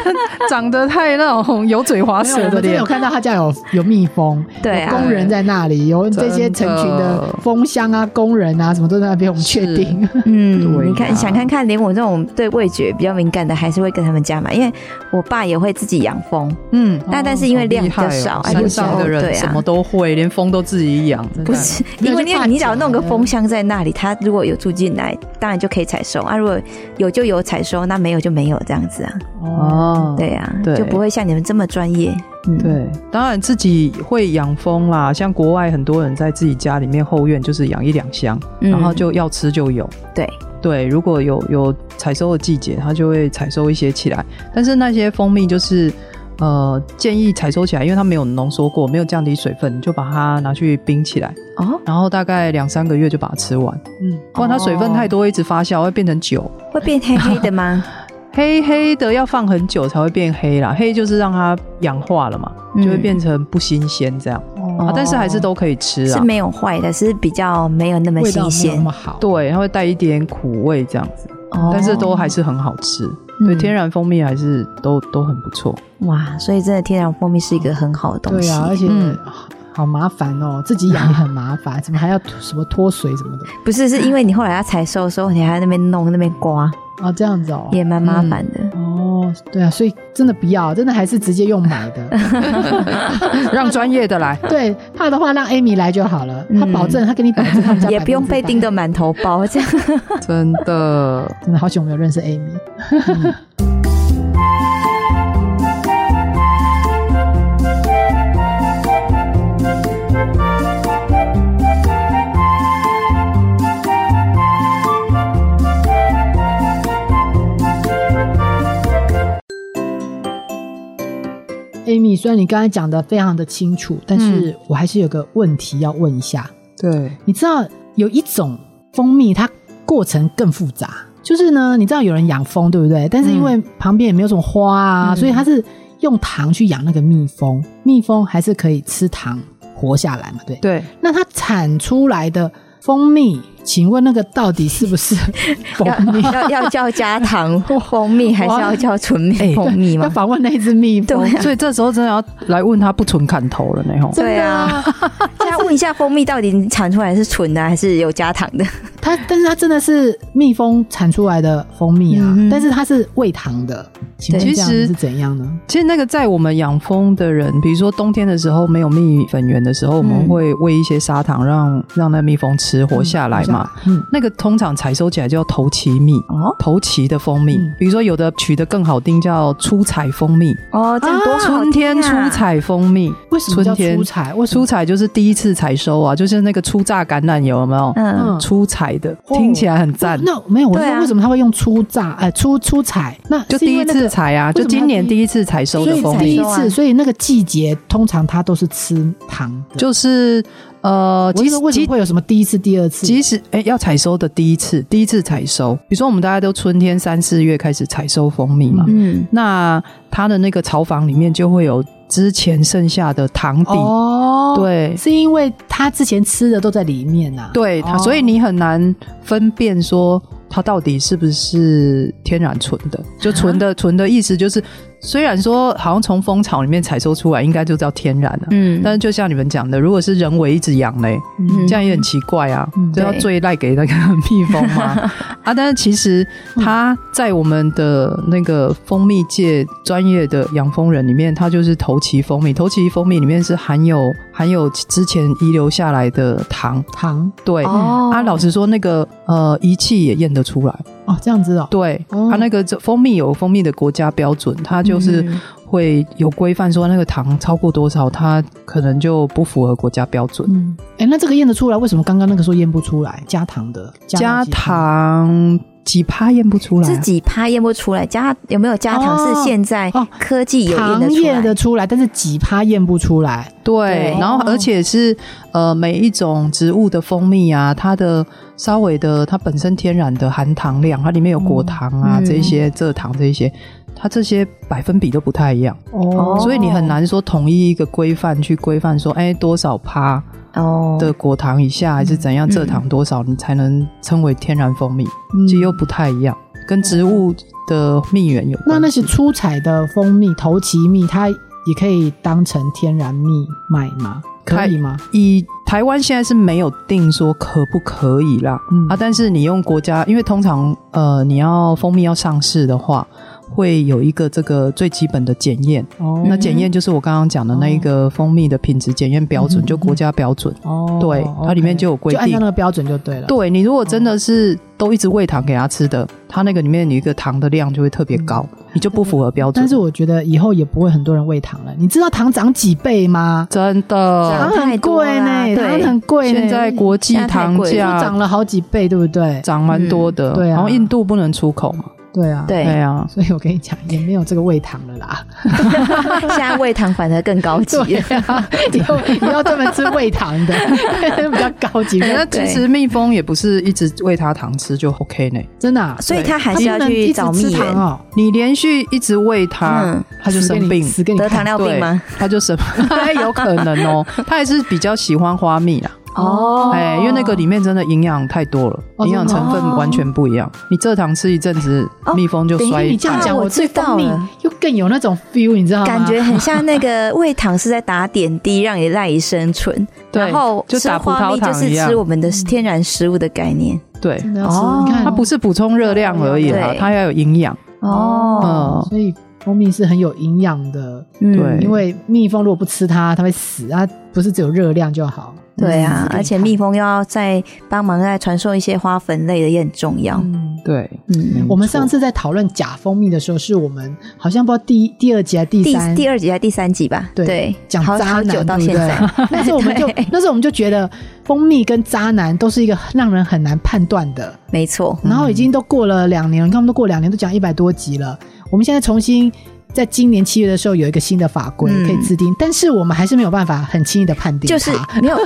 S2: 长得太那种油嘴
S3: 啊
S2: 滑
S4: 没有
S2: 舌
S4: 我
S2: 的
S4: 们真的
S2: 脸
S4: 有。看到他家有有蜜蜂，
S3: 对
S4: 有
S3: 啊，
S4: 工人在那里，有
S2: 真
S4: 这
S2: 的
S4: 些成群的蜂箱啊、工人啊，什么都在那边，我们确定。
S3: 嗯，
S2: 对
S3: 你看
S2: 呀
S3: 想看看，连我这种对味觉比较敏感的，还是会跟他们家买，因为我爸也会自己养蜂，
S2: 嗯，
S3: 那
S2: 哦
S3: 但是因为量比较
S2: 好厉害哦
S3: 少啊
S2: 山上的
S3: 有时候
S2: 人
S3: 对啊
S2: 什么都会，连风都自己养，真的
S3: 不
S2: 啊
S3: 是，
S4: 没
S3: 因
S4: 有
S3: 为
S4: 就
S3: 你
S4: 怕
S3: 你
S4: 假
S3: 只要弄个
S2: 嗯
S4: 的
S3: 蜂箱在那里，它如果有住进来，当然就可以采收啊。如果有就有采收，那没有就没有这样子啊。
S2: 哦，
S3: 对啊，
S2: 对
S3: 就不会像你们这么专业。嗯，
S2: 对，当然自己会养蜂啦，像国外很多人在自己家里面后院就是养一两箱，
S3: 嗯
S2: 然后就要吃就有。
S3: 对，
S2: 对，如果有有采收的季节，它就会采收一些起来。但是那些蜂蜜就是，呃，建议采收起来，因为它没有浓缩过，没有降低水分，你就把它拿去冰起来，
S3: 哦，
S2: 然后大概两三个月就把它吃完。
S4: 嗯，
S2: 不然它水
S3: 哦
S2: 分太多，一直发酵会变成酒，
S3: 会变黑黑的 吗？
S2: 黑黑的要放很久才会变黑啦。黑就是让它氧化了嘛，
S3: 嗯
S2: 就会变成不新鲜这样、啊。但是还是都可以吃
S3: 哦是
S2: 啊。
S3: 没有坏的，是比较没有那么
S4: 味道
S3: 新
S4: 没有那
S3: 鲜
S4: 么。好。
S2: 对，它会带一点苦味这样子，
S3: 哦
S2: 但是都还是很好吃。对，天然蜂蜜还是都都很不错。
S3: 哇，所以真的天然蜂蜜是一个很好的东
S4: 对
S3: 西。
S4: 啊，而且
S2: 嗯
S4: 好麻烦哦，自己养也很麻 烦，怎么还要什么脱水什么的
S3: 不是，是因为你后来要采收的时候，你还在那边弄那边刮，
S4: 啊？这样子哦。
S3: 也蛮
S2: 嗯
S3: 麻烦的。
S4: 哦，对啊，所以真的不要，真的还是直接用买 的。
S2: 让专业的来。
S4: 对，怕的话让 Amy 来就好了，他
S3: 嗯
S4: 保证，他给你保证他们 家
S3: 也不用被叮
S4: 的。
S3: 得满头包，这样
S2: 真的，
S4: 真的好久没有认识 Amy。Amy，虽然你刚才讲的非常的清楚，但是我还是有个问题要问一下。
S2: 对，
S4: 你知道有一种蜂蜜，它过程更复杂，就是呢，你知道有人养蜂，对不对？但是因为旁边也没有什么花啊，
S2: 嗯
S4: 所以它是用糖去养那个蜜蜂，蜜蜂还是可以吃糖活下来嘛，对。
S2: 对，
S4: 那它产出来的蜂蜜，请问那个到底是不是 蜂蜜？ 哎
S3: 要要 要叫加糖蜂蜜，还是要叫纯
S2: 哎
S3: 蜜蜂蜜
S4: 要
S3: 吗？
S4: 访问那一只蜜蜂，
S3: 对啊
S2: 所以这时候真的要来问他不纯砍头了呢吼。
S3: 对啊，再问一下蜂蜜到底产出来是纯的还是有加糖的？
S4: 它，但是它真的是蜜蜂产出来的蜂蜜啊，
S3: 嗯哼
S4: 但是它是喂糖的，请问
S3: 对
S4: 这样
S2: 其实
S4: 是怎样呢？嗯
S2: 其实那个在我们养蜂的人，比如说冬天的时候没有蜜粉源的时候，我们
S3: 嗯
S2: 会喂一些砂糖让让那蜜蜂吃活下来嘛。
S4: 嗯，
S2: 那个通常采收起来叫头脐蜜。
S3: 哦
S2: 头脐的蜂蜜，
S4: 嗯
S2: 比如说有的取得更好听叫出采蜂蜜，
S3: 哦，这样多好
S2: 春天
S3: 听
S2: 出
S3: 啊！
S2: 采蜂蜜，
S4: 为什么叫
S2: 春天
S4: 出彩？为什么
S2: 出采就是第一次采收啊，就是那个初榨橄榄油有没有？
S3: 嗯，
S4: 嗯
S2: 出采的，
S4: 哦
S2: 听起来很赞。
S4: 那没有，我是
S3: 对啊
S4: 说为什么他会用初榨？哎，初初采，那
S2: 就是第
S4: 因
S2: 一
S4: 为那个
S2: 次采啊，
S4: 为什
S2: 就
S4: 么
S2: 今年第一次采收的
S4: 所
S2: 蜂
S4: 以第
S2: 蜜
S4: 一，
S3: 收
S4: 次，
S3: 啊
S4: 所以那个季节通常他都是吃糖的。
S2: 就是呃，
S4: 我
S2: 其
S4: 是
S2: 实
S4: 说为什
S2: 即
S4: 么会有什么第一次、第二次？
S2: 即使哎要采收的第一次，第一次采收，比如说我们大家都春天三四月开始采收蜂蜜嘛，
S3: 嗯，
S2: 那它的那个巢房里面就会有之前剩下的糖底，
S4: 哦，，
S2: 对
S4: 是因为他之前吃的都在里面呐。
S2: 对它，
S4: 哦
S2: 所以你很难分辨说它到底是不是天然纯的，就纯
S4: 啊
S2: 的纯的意思就是，虽然说好像从蜂巢里面采收出来，应该就叫天然了、啊
S3: 嗯
S2: 但是就像你们讲的，如果是人为一直养嘞，
S4: 嗯
S2: 这样也很奇怪啊
S4: 嗯，
S2: 这要
S3: 对
S2: 最赖给那个蜜蜂吗？啊，但是其实它在我们的那个蜂蜜界专业的养蜂人里面，它就是头脐蜂蜜。头脐蜂蜜里面是含有含有之前遗留下来的糖，
S4: 糖
S2: 对。
S3: 哦，
S2: 啊，老实说，那个呃仪器也验得出来，
S4: 哦，这样子哦。
S2: 对，
S4: 哦
S2: 它那个这蜂蜜有蜂蜜的国家标准，它就是
S3: 嗯
S2: 会有规范说那个糖超过多少，它可能就不符合国家标准。
S4: 嗯，哎，那这个验得出来？为什么刚刚那个说验不出来？加糖的，
S2: 加
S4: 那几
S2: 糖几趴验不出来啊，
S3: 自己怕验不出来，加有没有加糖
S4: 哦
S3: 是现在
S4: 哦
S3: 科技有验
S4: 糖
S3: 得出
S4: 验
S3: 来
S4: 得出来，但是几趴验不出来。
S2: 对，
S3: 对
S2: 然后
S4: 哦
S2: 而且是呃每一种植物的蜂蜜啊，它的稍微的它本身天然的含糖量，它里面有果糖啊、
S3: 嗯
S2: 这一些蔗糖这一些，它这些百分比都不太一样，
S4: 哦，
S2: 所以你很难说统一一个规范去规范说，哎，多少趴
S3: 哦，
S2: 的果糖以下还是怎样，
S3: 嗯
S2: 蔗糖多少你才能称为天然蜂蜜，
S4: 嗯
S2: 其实又不太一样，跟植物的蜜源有关。
S4: 那那些出彩的蜂蜜、头脐蜜，它也可以当成天然蜜卖吗？可以吗？
S2: 以台湾现在是没有定说可不可以啦，
S4: 嗯
S2: 啊，但是你用国家，因为通常呃你要蜂蜜要上市的话，会有一个这个最基本的检验。
S4: 哦
S2: 啊那检验就是我刚刚讲的那一个蜂蜜的品质检验标准，
S4: 嗯
S2: 就国家标准。
S4: 哦，
S2: 对
S4: OK
S2: 它里面就有规定
S4: 就按照那个标准就对了。
S2: 对你如果真的是都一直喂糖给它吃的，它那个里面你一个糖的量就会特别高，你就不符合标准。
S4: 嗯但是我觉得以后也不会很多人喂糖了。你知道糖涨几倍吗？
S2: 真
S4: 糖
S2: 的，
S4: 很贵呢，
S3: 太多啦
S4: 糖
S3: 对
S4: 很贵呢。
S2: 现在国啊际
S3: 现在太
S2: 糖
S3: 贵了
S2: 价
S4: 涨了好几倍，对不对？
S2: 涨蛮多的，
S4: 嗯对啊
S2: 然后印度不能出口嘛，
S4: 对啊，。
S3: 对，
S2: 对啊，
S4: 所以我跟你讲，也没有这个喂糖了 啦。
S3: 现在喂糖反而更高级 了。
S4: 以后以后专门吃喂糖的， 比较高 级。
S2: 欸那
S3: 对
S2: 其实蜜蜂也不是一直喂它糖吃就 OK 呢，
S4: 真的啊，
S3: 所以
S2: 对
S3: 他还是要
S4: 它不能
S3: 去
S4: 一直
S3: 找
S4: 吃
S3: 蜜
S4: 糖
S3: 源，
S4: 哦，
S2: 你连续一直喂它
S3: 嗯，
S2: 它就
S4: 死给
S2: 生
S4: 你
S2: 病，
S4: 死给你
S3: 得
S4: 看
S3: 糖尿病
S2: 对
S3: 吗？？
S2: 它就生， 哎，有可能哦，它还是比较喜欢花蜜啦，
S3: 哦
S2: 哎，因为那个里面真的营养太多了，
S4: 哦
S2: 营养成分完全不一样，你蔗糖吃一阵子，
S3: 哦
S2: 蜜蜂就
S4: 等一下
S2: 衰
S4: 你这样
S2: 败。
S4: 讲，
S3: 啊我
S4: 对
S3: 知道
S4: 蜂蜜
S3: 了
S4: 又更有那种 feel，你知
S2: 嗯
S4: 道吗？
S3: 感觉很像那个喂糖是在打点滴，让你赖以生存。
S2: 对
S3: 然后
S2: 就
S3: 吃
S2: 打葡
S3: 花蜜
S2: 萄
S3: 就
S2: 糖
S3: 是
S2: 一样
S3: 吃我们的天然食物的概念。
S2: 对，
S4: 真的要吃
S3: 哦
S4: 你看
S2: 它不是补充热量而已啦，
S3: 对
S2: 它要有营养。
S3: 哦，
S2: 嗯
S4: 所以蜂蜜是很有营养的，
S3: 嗯
S2: 对
S4: 因为蜜蜂如果不吃它，它会死啊，不是只有热量就好。
S3: 对啊
S4: 嗯，
S3: 而且蜜蜂又要再帮忙再传授一些花粉类的，也很重要。
S4: 嗯
S2: 对，
S3: 嗯，
S4: 我们上次在讨论假蜂蜜的时候，是我们好像不知道第一、第二集还是第
S3: 第
S4: 三
S3: 第二集还是第三集吧？
S4: 对
S3: 对，
S4: 讲
S3: 好
S4: 渣
S3: 好久
S4: 男
S3: 到
S4: 对不
S3: 现
S4: 对
S3: 在。
S4: 那时候 我们就
S3: 对
S4: 那时候我们就觉得蜂蜜跟渣男都是一个让人很难判断的。
S3: 没错，
S4: 然后已经都过了两年，你看我们都过两年，都讲一百多集了。我们现在重新在今年七月的时候有一个新的法规
S3: 嗯
S4: 可以制定，但是我们还是没有办法很轻易的判定它。
S3: 就是没有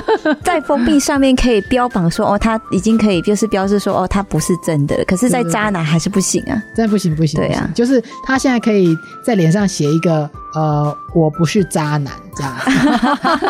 S3: 在蜂蜜上面可以标榜说哦，它已经可以就是标示说哦，它不是真的了，可是，在
S4: 对对对
S3: 渣男还是不行啊。
S4: 真的不行不行，
S3: 对啊
S4: 不行就是他现在可以在脸上写一个呃，我不是渣男这样 子。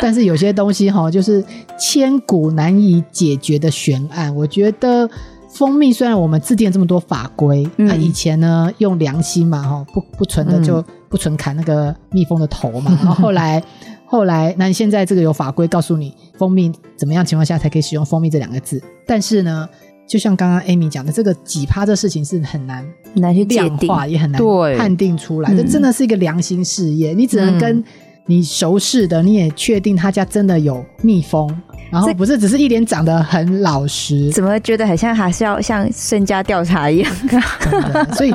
S4: 但是有些东西哈，就是千古难以解决的悬案。我觉得蜂蜜虽然我们制定了这么多法规，那、
S3: 嗯
S4: 以前呢用良心嘛哈，不不纯的就不纯砍那个蜜蜂的头 嘛，然后后来。后来，那你现在这个有法规告诉你，蜂蜜怎么样情况下才可以使用“蜂蜜”这两个字？但是呢，就像刚刚 Amy 讲的，这个几趴这事情是很难
S3: 很难去界
S4: 量
S3: 定。
S4: 化，也很难
S2: 对
S4: 判定出来。
S3: 嗯
S4: 这真的是一个良心事业，你只能跟你熟识的，你也确定他家真的有蜜蜂，然后
S3: 这
S4: 不是只是一脸长得很老实，
S3: 怎么觉得很像还是要像身家调查一 样？
S4: 真的所以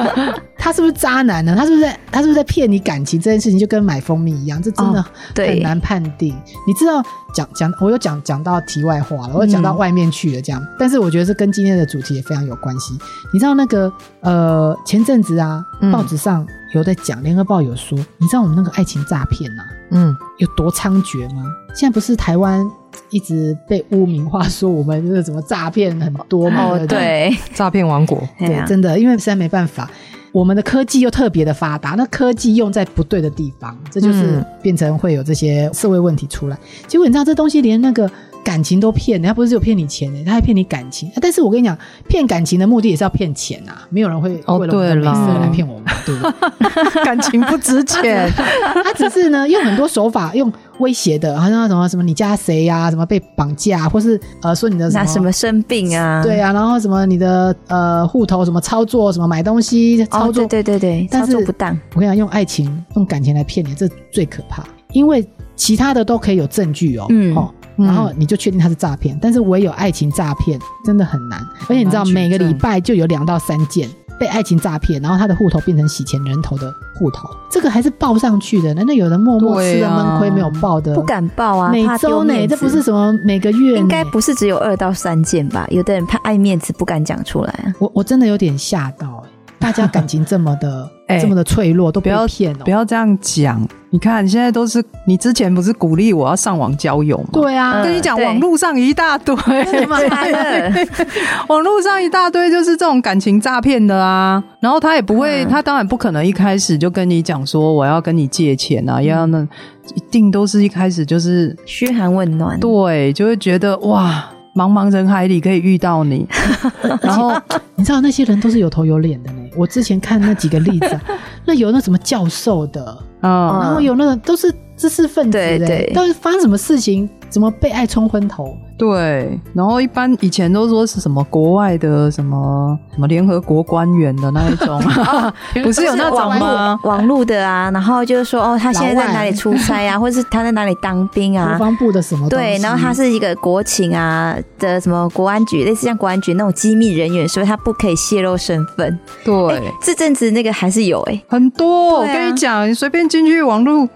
S4: 他是不是渣男呢？他是不是在他是不是在骗你感情这件事情，就跟买蜂蜜一样，这真的
S3: 哦对
S4: 很难判定。你知道讲讲，我又讲讲到题外
S3: 嗯
S4: 话了，我又讲到外面去了这样，但是我觉得这跟今天的主题也非常有关系。你知道那个呃前阵子啊，
S2: 嗯
S4: 报纸上有在讲，联合报有说，你知道我们那个爱情诈骗呐、
S2: 嗯，
S4: 有多猖獗吗？现在不是台湾一直被污名化，说我们这个什么诈骗很多嘛？
S3: 哦，
S4: 对不对
S3: 对，
S2: 诈骗王国。
S3: 哎
S4: 对，
S3: 呀
S4: 真的，因为实在没办法，我们的科技又特别的发达，那科技用在不对的地方，这就是
S2: 嗯
S4: 变成会有这些社会问题出来。结果你知道，这东西连那个感情都骗，他不是只有骗你钱呢，他还骗你感情。啊但是我跟你讲，骗感情的目的也是要骗钱啊，没有人会为了
S2: 哦
S4: 我们的
S2: 对
S4: 美
S2: 啦
S4: 色来骗我们，对不 对？
S2: 感情不值钱，
S4: 他只是呢 用很多手法，用威胁的，好像什么什么你家谁呀、什么被绑架啊，或是呃说你的什
S3: 那
S4: 么
S3: 什么生病啊？
S4: 对啊，然后什么你的呃户头什么操作什么买东西
S3: 哦，
S4: 操作、
S3: 对对对对，
S4: 但
S3: 操
S4: 是
S3: 作不当，
S4: 我跟你讲，用爱情、用感情来骗你，这最可怕，因为其他的都可以有证据哦，
S3: 嗯
S4: 哦，
S2: 嗯
S4: 然后你就确定它是诈骗，但是唯有爱情诈骗真的很难，而且你知道
S2: 很难取证
S4: 每个礼拜就有两到三件被爱情诈骗，然后他的户头变成洗钱人头的户头，这个还是报上去的，难道有人默默吃
S2: 对
S4: 了
S2: 啊
S4: 闷亏没有报的？
S3: 不敢报啊，
S4: 呃每
S3: 怕丢
S4: 周呢，
S3: 面
S4: 这
S3: 子。
S4: 不是什么每个月呢，
S3: 应该不是只有二到三件吧？有的人怕爱面子不敢讲出来啊。
S4: 我我真的有点吓到、欸。大家感情这么的
S2: 哎
S4: 这么的脆弱，都被骗哦
S2: 不。要这样讲。你看，现在都是你之前不是鼓励我要上网交友吗？，
S4: 对啊，
S3: 嗯
S2: 跟你讲，
S3: 对
S2: 网络上一 大堆，
S3: 假的
S2: 网络上一大堆就是这种感情诈骗的啊。然后他也不会，
S3: 嗯
S2: 他当然不可能一开始就跟你讲说我要跟你借钱
S3: 嗯
S2: 啊，要那一定都是一开始就是
S3: 嘘寒问暖，
S2: 对，就会觉得哇，茫茫人海里可以遇到 你，然后
S4: 你知道那些人都是有头有脸的呢。我之前看那几个 例子啊、那有那什么教授的，
S2: 嗯
S3: 嗯
S4: 然后有那个都是知识分子
S3: 对
S4: 的，
S3: 对
S4: 到底发生什么事情？怎么被爱冲昏头？
S2: 对，然后一般以前都说是什么国外的什么什么联合国官员的那 一种，
S3: 哦
S2: 不是有那种
S3: 网
S2: 吗
S3: 络？网络的啊，然后就是说哦，他现在在哪里出差啊，或者是他在哪里当兵
S4: 国
S3: 啊。
S4: 防部的什么东西？
S3: 对，然后他是一个国情啊的什么国安局，类似像国安局那种机密人员，所以他不可以泄露身份。
S2: 对。
S3: 这阵子那个还是有哎、
S2: 哎很多，我
S3: 对啊
S2: 跟你讲，你随便进去网络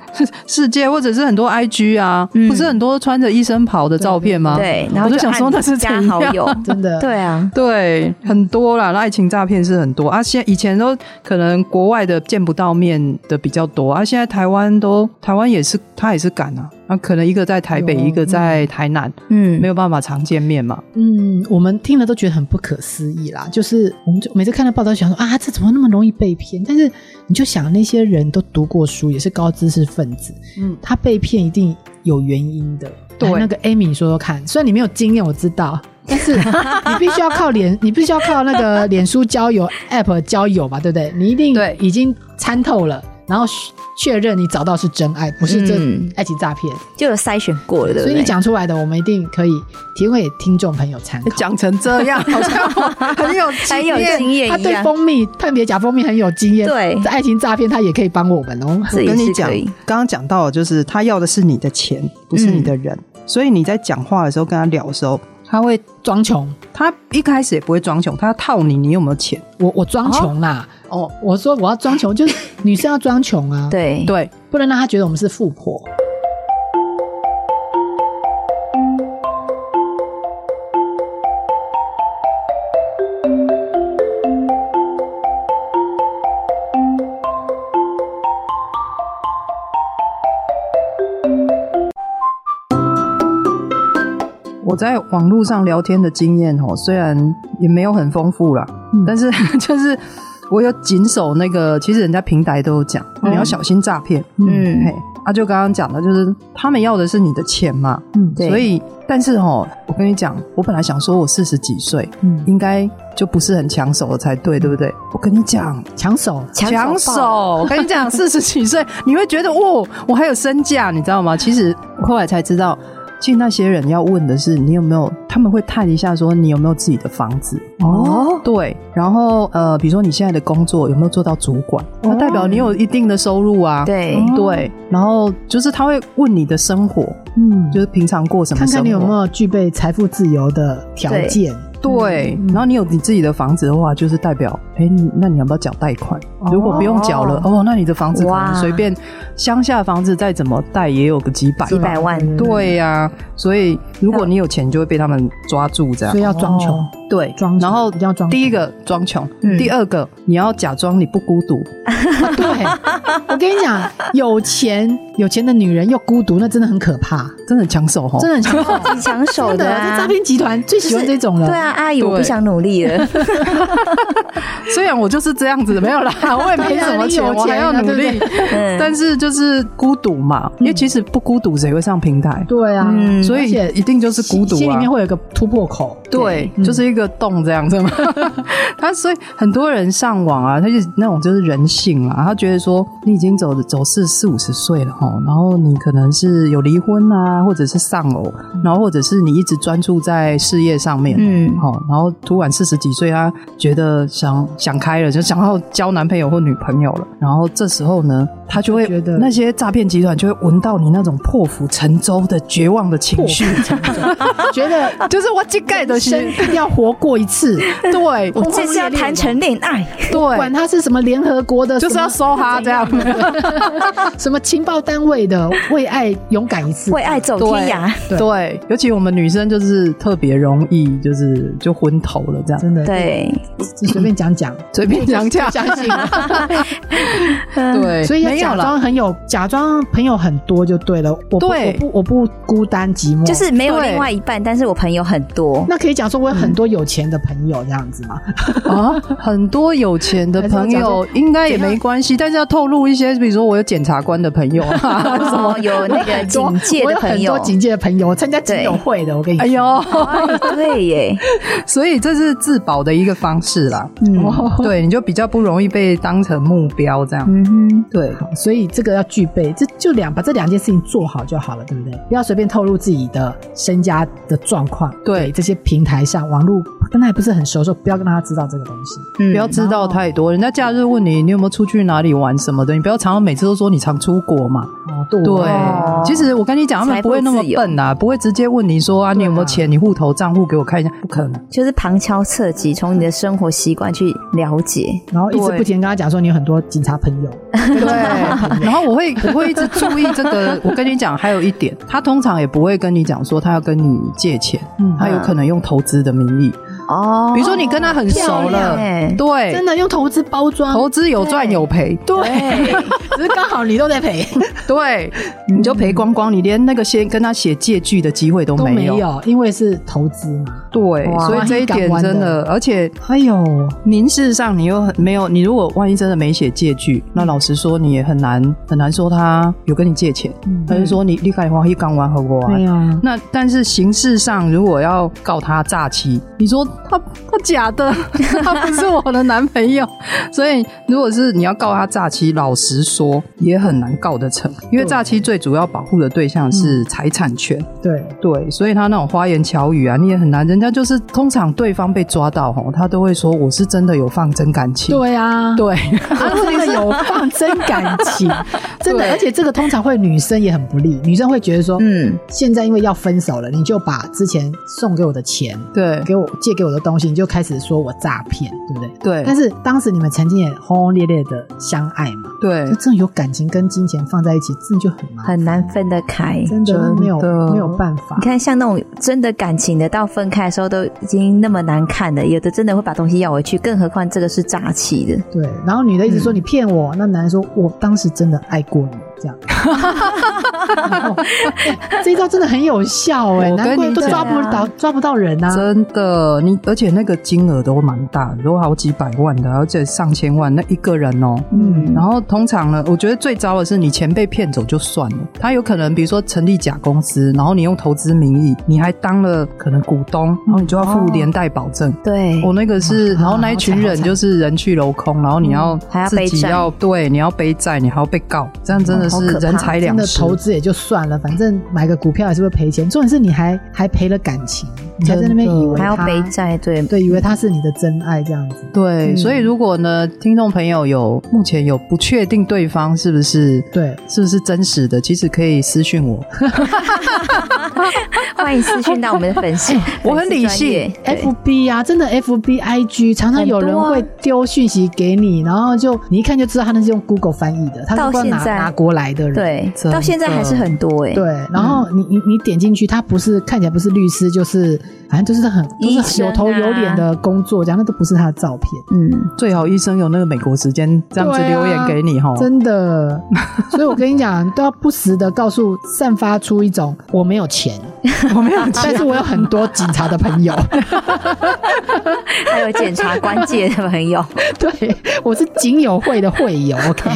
S2: 世界，或者是很多 IG 啊，
S3: 嗯
S2: 不是很多穿着医生袍的照片吗？
S3: 对，然后
S2: 啊我就想说
S3: 按
S2: 那是怎
S3: 加
S2: 样
S3: 好友，
S4: 真的
S3: 对啊，
S2: 对，很多啦，那爱情诈骗是很多啊。现以前都可能国外的见不到面的比较多啊，现在台湾都台湾也是，他也是敢啊，啊，可能一个在台北，
S4: 有
S2: 一个在台南，
S3: 嗯
S2: 没，有办法常见面嘛。
S4: 嗯，我们听了都觉得很不可思议啦。就是我们就每次看到报道，想说啊，这怎么那么容易被骗？但是你就想，那些人都读过书，也是高知识分子，
S2: 嗯，
S4: 他被骗一定有原因的。
S2: 对
S4: 来那个 Amy 你说说看，虽然你没有经验，我知道，但是你必须要靠脸，你必须要靠那个脸书交友 App 交友吧，对不对？你一定
S2: 对
S4: 已经参透了，然后确认你找到是真爱，不是这
S3: 嗯
S4: 爱情诈骗。
S3: 就有筛选过了，对不
S4: 所
S3: 对？
S4: 以你讲出来的，我们一定可以提供给听众朋友参考。
S2: 讲成这样，好像我很有
S3: 很有
S2: 验
S3: 经验
S4: 他
S3: 一
S4: 对
S3: 样，
S4: 蜂蜜判别假蜂蜜很有经验，
S3: 啊对
S4: 在爱情诈骗他也可以帮我们哦。
S3: 这
S2: 我
S3: 也
S2: 跟你
S3: 是
S2: 讲
S3: 可以，
S2: 刚刚讲到，就是他要的是你的钱，不是你的人，
S3: 嗯
S2: 所以你在讲话的时候跟他聊的时候，他会，
S4: 装穷，
S2: 他一开始也不会装穷，他套你，你有没有钱？
S4: 我我装穷啦，
S2: 哦，
S4: 我说我要装穷，就是 女生要装穷啊，，
S3: 对
S2: 对，
S4: 不能让他觉得我们是富婆。
S2: 我在网络上聊天的经验哦，虽然也没有很丰富啦，
S4: 嗯
S2: 但是就是我有谨守那个，其实人家平台都有讲，你要小心诈骗。
S3: 嗯
S2: 嘿，啊，就刚刚讲的，就是他们要的是你的钱嘛，
S4: 嗯，
S3: 对
S2: 所以，但是哦，我跟你讲，我本来想说我四十几岁
S4: 嗯，
S2: 应该就不是很抢手了才对，对不对？我跟你讲，
S4: 抢手，
S3: 抢手爆，
S2: 我跟你讲，四十几岁你会觉得哦，我还有身价，你知道吗？其实后来才知道，其实那些人要问的是你有没有，他们会探一下说你有没有自己的房子
S3: 哦，
S2: 对，然后呃，比如说你现在的工作有没有做到主管，
S4: 哦
S2: 那代表你有一定的收入啊。
S3: 对，
S2: 对，然后就是他会问你的生活，
S4: 嗯，
S2: 就是平常过什么
S4: 看
S2: 生活，
S4: 看你有没有具备财富自由的条件。
S2: 对，嗯然后你有你自己的房子的话，就是代表，哎，你那你要不要缴贷款？如果不用缴了，哦，那你的房子可能
S3: 哇
S2: 随便，乡下房子再怎么贷也有个几百
S3: 几
S2: 吧。
S3: 百万，
S2: 对呀、所以如果你有钱，就会被他们抓住这样
S4: 所以。要装穷，
S3: 哦
S2: 对
S4: 装，
S2: 然后
S4: 一定要装
S2: 第一个装穷，
S3: 嗯
S2: 第二个你要假装你不孤独。
S4: 啊对，我跟你讲，有钱有钱的女人又孤独，那真的很可怕，
S2: 真的很抢手哈，
S4: 真的很抢手。
S3: 挺哦抢手
S4: 真的，
S3: 的
S4: 这
S3: 啊，
S4: 诈骗集团最喜欢这种了。
S3: 对啊，阿姨，我不
S2: 对
S3: 想努力了，
S2: 虽然我就是这 样子，没有啦，我也没什么
S4: 对啊你
S2: 钱，
S4: 有
S2: 我还
S4: 钱
S2: 要
S4: 啊
S2: 努
S4: 对不
S2: 力。
S3: 嗯
S2: 但是就是孤独嘛，因为其实不孤独谁会上平台？
S4: 对啊，
S3: 嗯
S2: 所以
S4: 而且
S2: 一定就是孤独、啊，
S4: 心里面会有一个突破口。
S2: 对，
S4: 嗯
S2: 就是一个洞这样子嘛。 他所以很多人上网啊，他就那种就是人性啊，他觉得说你已经走走四四五十岁了哈，然后你可能是有离婚啊，或者是丧偶，然后或者是你一直专注在事业上面，
S3: 嗯
S2: 好，然后突然四十几岁，他觉得想想开了，就想要交男朋友或女朋友了。然后这时候呢，他就会
S4: 觉得
S2: 那些诈骗集团就会闻到你那种破釜沉舟的绝望的情绪，
S4: 觉得
S2: 就是我这盖的
S4: 人
S2: 心
S4: 生要活国过一次，
S2: 对
S3: 我这是要谈成恋爱，
S4: 管
S2: 对，
S4: 它是什么联合国的，
S2: 就是要
S4: 什
S2: 收他这样。
S4: 么什么情报单位的，为爱勇敢一次。
S3: 为爱走天涯。
S4: 对
S2: 对，尤其我们女生就是特别容易，就是就昏头了这样，
S4: 真的，
S3: 对，
S4: 就随便讲讲，
S2: 随便讲讲
S4: 就相信。
S3: 嗯
S2: 对，
S4: 所以要
S2: 没有
S4: 假
S2: 了。
S4: 装很有，假装朋友很多就对了。我不，我
S2: 对
S4: 不，我不孤单寂寞。
S3: 就是没有
S2: 对
S3: 另外一半，但是我朋友很多。
S4: 那可以讲说，我有很多有钱的朋友这样子吗？
S2: 啊，很多有钱的朋友应该也没关系，但是要透露一些，比如说我有检察官的朋友 啊，什么
S3: 哦，有那个警戒
S4: 我
S3: 的
S4: 有
S3: 朋
S4: 很
S3: 友
S4: 多，警戒的朋友，我参加警友会的，我跟 你
S2: 哎
S4: 说。
S2: 呦，
S3: 哎对耶，
S2: 所以这是自保的一个方式啦。
S4: 哦
S2: 对，你就比较不容易被当成目标这样。
S3: 嗯哼，
S2: 对，
S4: 所以这个要具备，这就两把这两件事情做好就好了，对不对？不要随便透露自己的身家的状况，
S2: 对
S4: 给这些平台上网络跟他也不是很熟的时候，不要让他知道这个东西。
S3: 嗯
S2: 不要知道太多。人家假日问你你有没有出去哪里玩什么的，你不要常常每次都说你常出国嘛。
S4: 哦，对
S2: 对，
S3: 哦
S2: 其实我跟你讲，他们
S3: 财富
S2: 不会那么
S3: 自由
S2: 笨啊，不会直接问你说啊，你有没有钱，你户头账户给我看一下，不可能。
S3: 就是旁敲侧击，从你的生活习惯去了解。
S4: 然后一直
S2: 对啊
S4: 不停地跟他讲说你有很多警察朋友，
S2: 对，然后我会我会一直注意这个。 我跟你讲，还有一点，他通常也不会跟你讲说他要跟你借钱，
S4: 嗯
S2: 他有可能用投资的名义，
S3: 哦，
S2: 比如说你跟他很熟
S3: 漂亮
S2: 了
S3: 欸，
S2: 对
S4: 真，的用投资包装，
S2: 投资有赚有赔，
S3: 对，
S4: 只是刚好你都在赔，
S2: 对，你就赔光光，你连那个先跟他写借据的机会 都
S4: 都
S2: 没
S4: 没
S2: 有。
S4: 有，因为是投资嘛。
S2: 对
S3: 哇，
S2: 所以这一点真的，而且哎呦，民事上你又很没有，你如果万一真的没写借据，那老实说你也很难很难说他有跟你借钱，
S4: 嗯
S2: 他就说你立刻花一刚完和我
S4: 对
S2: 啊。
S4: 啊，
S2: 那但是刑事上如果要告他诈欺，你说他他假的， 他不是我的男朋友， 所以如果是你要告他诈欺，老实说也很难告得成，因为诈欺最主要保护的对象是财产权。
S4: 对，
S2: 对，所以他那种花言巧语啊，你也很难。人家就是通常对方被抓到吼，他都会说我是真的有放真感情。
S4: 对啊，
S2: 对
S4: 啊，真的有放真感 情，真的，
S2: 对
S4: 而且这个通常会女生也很不利，女生会觉得说，
S3: 嗯，
S4: 现在因为要分手了，你就把之前送给我的钱，
S2: 对
S4: 给我借给我的东西，你就开始说我诈骗，对不对？
S2: 对
S4: 但是当时你们曾经也轰轰烈烈的相爱嘛，
S2: 对
S4: 就真的有感情跟金钱放在一起，真的就很麻烦，
S3: 很难分得开。
S4: 真
S2: 真
S4: 的
S2: 的
S4: 没有没有办法
S3: 你。看，像那种真的感情的，到分开的时候都已经那么难看了，有的真的会把东西要回去，更何况这个是诈欺的。
S4: 对，然后女的一直说你骗我，那男的说我当时真的爱过你，这样。 然后哎这一招真的很有效哎、
S2: 我跟
S4: 难怪
S2: 你
S4: 都
S2: 讲啊
S4: 抓不到、抓不到人啊！
S2: 真的，你而且那个金额都蛮大的，都好几百万的，而且上千万那一个人哦。
S3: 嗯，
S2: 然后通常呢，我觉得最糟的是你钱被骗走就算了，他有可能比如说成立假公司，然后你用投资名义，你还当了可能股东，然后你就要付连带保证。
S3: 对，
S2: 我那个是，然后那一群人就是人去楼空，然后你
S4: 嗯
S2: 要
S3: 还要
S2: 自
S3: 背
S2: 己
S3: 债
S2: 要对，你要背债，你还要被告，这样真的
S3: 哦好
S2: 是
S3: 可怕
S2: 人财
S4: 真
S2: 两
S4: 的
S2: 失。
S4: 投资也就算了，反正买个股票还是会赔钱。重点是你还还赔了感情，你还在那边以为
S3: 还要
S4: 他
S3: 背，债，对，
S4: 对，以为他是你的真爱这样子。
S2: 对，
S3: 嗯
S2: 所以如果呢，听众朋友有目前有不确定对方是不是
S4: 对，
S2: 是不是真实的，其实可以私讯我，，
S3: 欢迎私讯到我们的粉丝
S2: 我很理
S3: 粉
S2: 性
S3: 丝专业。对
S4: F B 啊，真的 F B I G 常常有人
S3: 很多啊
S4: 会丢讯息给你，然后就你一看就知道他那是用 Google 翻译的，他是
S3: 到
S4: 不知道哪
S3: 现在
S4: 哪国来的人。
S3: 对，
S2: 真
S3: 到现在还是很多哎。
S4: 对，然后你你你点进去，他不是看起来不是律师，就是反正就是很都
S3: 医
S4: 是
S3: 生啊
S4: 有头有脸的工作，这样那都不是他的照片，
S3: 嗯，
S2: 最好医生有那个美国时间这样子
S4: 对啊
S2: 留言给你
S3: 哦
S2: 哈。
S4: 真的。 所以我跟你讲，都要不时的告诉散发出一种我没有 钱，
S2: 我没有钱，
S4: 但是我有很多警察的朋友，
S3: 还有检察官界的朋友，
S4: 对我是警友会的会友，OK，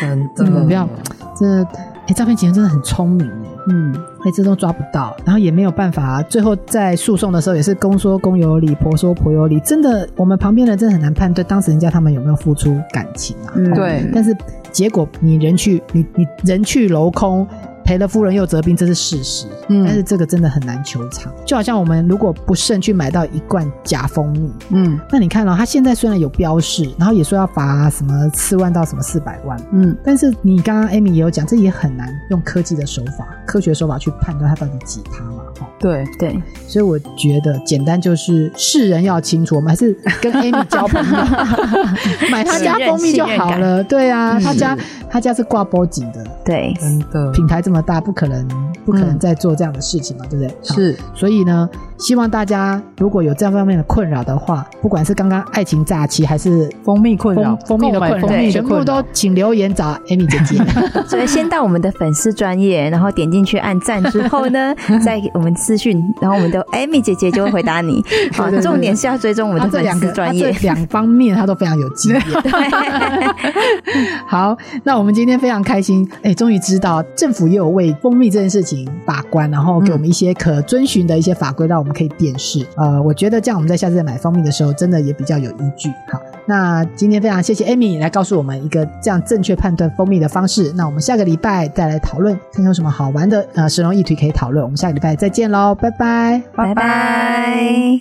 S2: 真
S4: 真嗯的不要
S2: 的，
S4: 真的，哎，诈骗集团真的很聪明哎。
S2: 嗯，
S4: 哎，这都抓不到，然后也没有办法。最后在诉讼的时候，也是公说公有理，婆说婆有理。真的，我们旁边人真的很难判断当事人家他们有没有付出感情啊。
S3: 嗯
S2: 对
S4: 但是结果你人去你你人去楼空，赔了夫人又折兵，这是事实。
S2: 嗯
S4: 但是这个真的很难求偿。就好像我们如果不慎去买到一罐假蜂蜜，
S2: 嗯
S4: 那你看哦，它现在虽然有标示，然后也说要罚什么四万到什么四百万，
S2: 嗯
S4: 但是你刚刚 Amy 也有讲，这也很难用科技的手法、科学手法去判断它到底几趴嘛。哦
S2: 对，
S3: 对，
S4: 所以我觉得简单就是世人要清楚，我们还是 跟 Amy 交朋友，买他家蜂蜜就好
S3: 信任信任
S4: 了。对啊，
S2: 嗯
S4: 他家他家是挂包紧的，
S3: 对，
S2: 真的
S4: 品牌这么大，不可能不可能
S2: 嗯
S4: 再做这样的事情嘛，对不对？好
S2: 是
S4: 所以呢，希望大家如果有这方面的困扰的话，不管是刚刚爱情诈欺，还是
S2: 蜂蜜困扰
S4: 蜂，蜂蜜
S2: 购
S4: 的
S2: 买
S4: 困
S2: 蜂
S4: 扰，
S2: 蜜的
S4: 全部
S2: 困
S4: 都
S2: 扰
S4: 请留言找 Amy 姐姐。
S3: 所以先到我们的粉丝专业，然后点进去按赞之后 呢，再给我们私讯，然后我们的 Amy 姐姐就会回答你。好
S4: 对对，对
S3: 重点是要追踪我们
S4: 他
S3: 的
S4: 这
S3: 粉
S4: 两个啊
S3: 丝
S4: 他
S3: 专
S4: 这
S3: 业。
S4: 两方面他都非常有经 验。好，那我们今天非常开心，哎，终于知道政府也有为蜂蜜这件事情把关，然后
S3: 嗯
S4: 给我们一些可遵循的一些法规，让我们可以辨识。呃，我觉得这样我们在下次再买蜂蜜的时候，真的也比较有依据。好，那今天非常谢谢 Amy 来告诉我们一个这样正确判断蜂蜜的方式。那我们下个礼拜再来讨论，看看有什么好玩的呃神龙异图可以讨论。我们下个礼拜再见喽，拜拜。
S3: 拜拜。